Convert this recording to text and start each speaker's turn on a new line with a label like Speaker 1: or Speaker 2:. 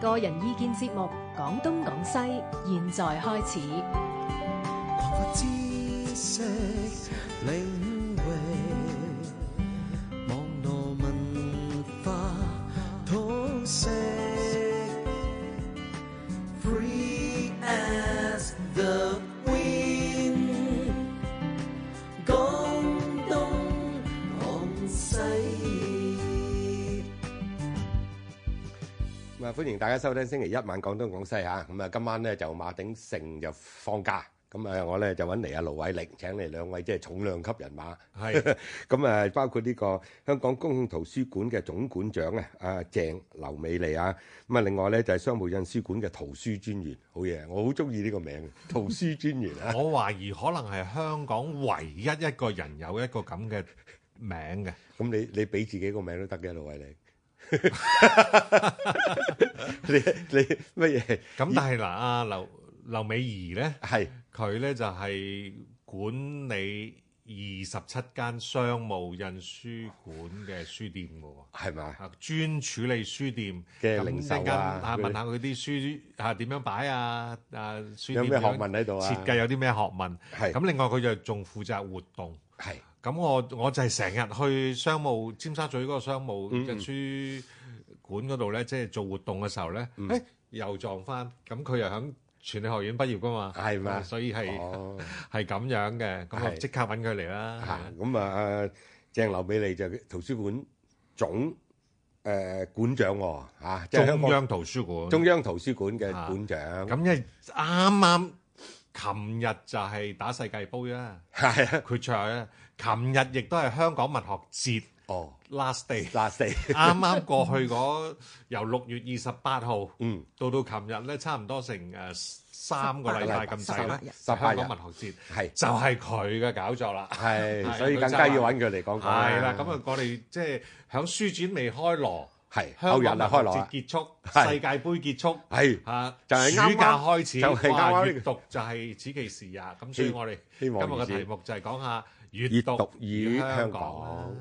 Speaker 1: 個人意見節目《廣東廣西》，現在開始。
Speaker 2: 擴闊知識領域，網絡文化通識，free as the wind。廣東廣西。
Speaker 3: 咁啊，歡迎大家收聽星期一晚廣東廣西嚇。咁啊，今晚咧就馬鼎盛就放假，咁啊，我咧就揾嚟阿盧偉力，請嚟兩位即係重量級人馬。
Speaker 4: 係
Speaker 3: 咁啊，包括呢個香港公共圖書館嘅總館長啊，阿鄭劉美麗啊。咁啊，另外咧就係商務印書館嘅圖書專員，好嘢，我好中意呢 個名，圖書專員啊。
Speaker 4: 我懷疑可能係香港唯一一個人有一個咁嘅名嘅，
Speaker 3: 咁你你俾自己個名都得嘅，盧 偉力。 你你乜嘢？
Speaker 4: 咁但係嗱，阿劉劉美儀咧，
Speaker 3: 係
Speaker 4: 佢咧就係、管理二十七間商務印書館嘅書店嘅喎。
Speaker 3: 係嘛？
Speaker 4: 啊，專處理書店
Speaker 3: 嘅
Speaker 4: 咁
Speaker 3: 零售啊
Speaker 4: 一陣間啊
Speaker 3: 嗰啲
Speaker 4: 問下佢啲書啊點樣擺啊，啊書店
Speaker 3: 有咩學
Speaker 4: 點樣
Speaker 3: 問喺度啊？
Speaker 4: 設計有啲咩學問？
Speaker 3: 係
Speaker 4: 咁另外佢就仲負責活動。
Speaker 3: 係。
Speaker 4: 咁我我就係成日去商務尖沙咀嗰個商務
Speaker 3: 嗯
Speaker 4: 印書館嗰度咧，即係做活動嘅時候咧，誒、又撞翻，咁佢又響傳理學院畢業噶嘛，
Speaker 3: 係嘛
Speaker 4: 咁所以係
Speaker 3: 哦，
Speaker 4: 係咁樣嘅，咁
Speaker 3: 係
Speaker 4: 我即刻揾佢嚟
Speaker 3: 嚇
Speaker 4: 啦。
Speaker 3: 咁啊，鄭劉美麗就圖書館總誒館長喎嚇，即係香
Speaker 4: 中
Speaker 3: 港
Speaker 4: 央圖書館，
Speaker 3: 中央圖書館嘅館
Speaker 4: 咁
Speaker 3: 長，
Speaker 4: 因為啱啱琴日就係打世界盃啊，
Speaker 3: 係啊，
Speaker 4: 決賽啊，琴日亦都係香港文學節
Speaker 3: 哦，
Speaker 4: last day，
Speaker 3: 嗱四，
Speaker 4: 啱啱過去嗰由六月二十八號。
Speaker 3: 嗯，
Speaker 4: 到到琴日咧，差唔多成誒三個禮拜咁滯咧，
Speaker 3: 十八
Speaker 4: 香
Speaker 3: 日
Speaker 4: 港文學節
Speaker 3: 係
Speaker 4: 就係佢嘅搞作啦。
Speaker 3: 係，
Speaker 4: 係
Speaker 3: 所以更加要揾佢嚟講講
Speaker 4: 係啦，咁啊，我哋即係喺書展未開鑼，
Speaker 3: 係後
Speaker 4: 香
Speaker 3: 日啊
Speaker 4: 港文
Speaker 3: 開
Speaker 4: 學
Speaker 3: 鑼
Speaker 4: 節
Speaker 3: 啊，
Speaker 4: 結束，
Speaker 3: 係
Speaker 4: 世界盃結束，
Speaker 3: 係
Speaker 4: 嚇
Speaker 3: 就係啱啱
Speaker 4: 暑假開始，
Speaker 3: 就係啱啱
Speaker 4: 哇
Speaker 3: 呢個
Speaker 4: 閱讀就係此啊其時也。咁所以我哋
Speaker 3: 希
Speaker 4: 今日
Speaker 3: 望
Speaker 4: 嘅
Speaker 3: 如此
Speaker 4: 題目就係講下
Speaker 3: 閱
Speaker 4: 閱讀
Speaker 3: 讀與
Speaker 4: 與
Speaker 3: 香
Speaker 4: 香港啦啊
Speaker 3: 港。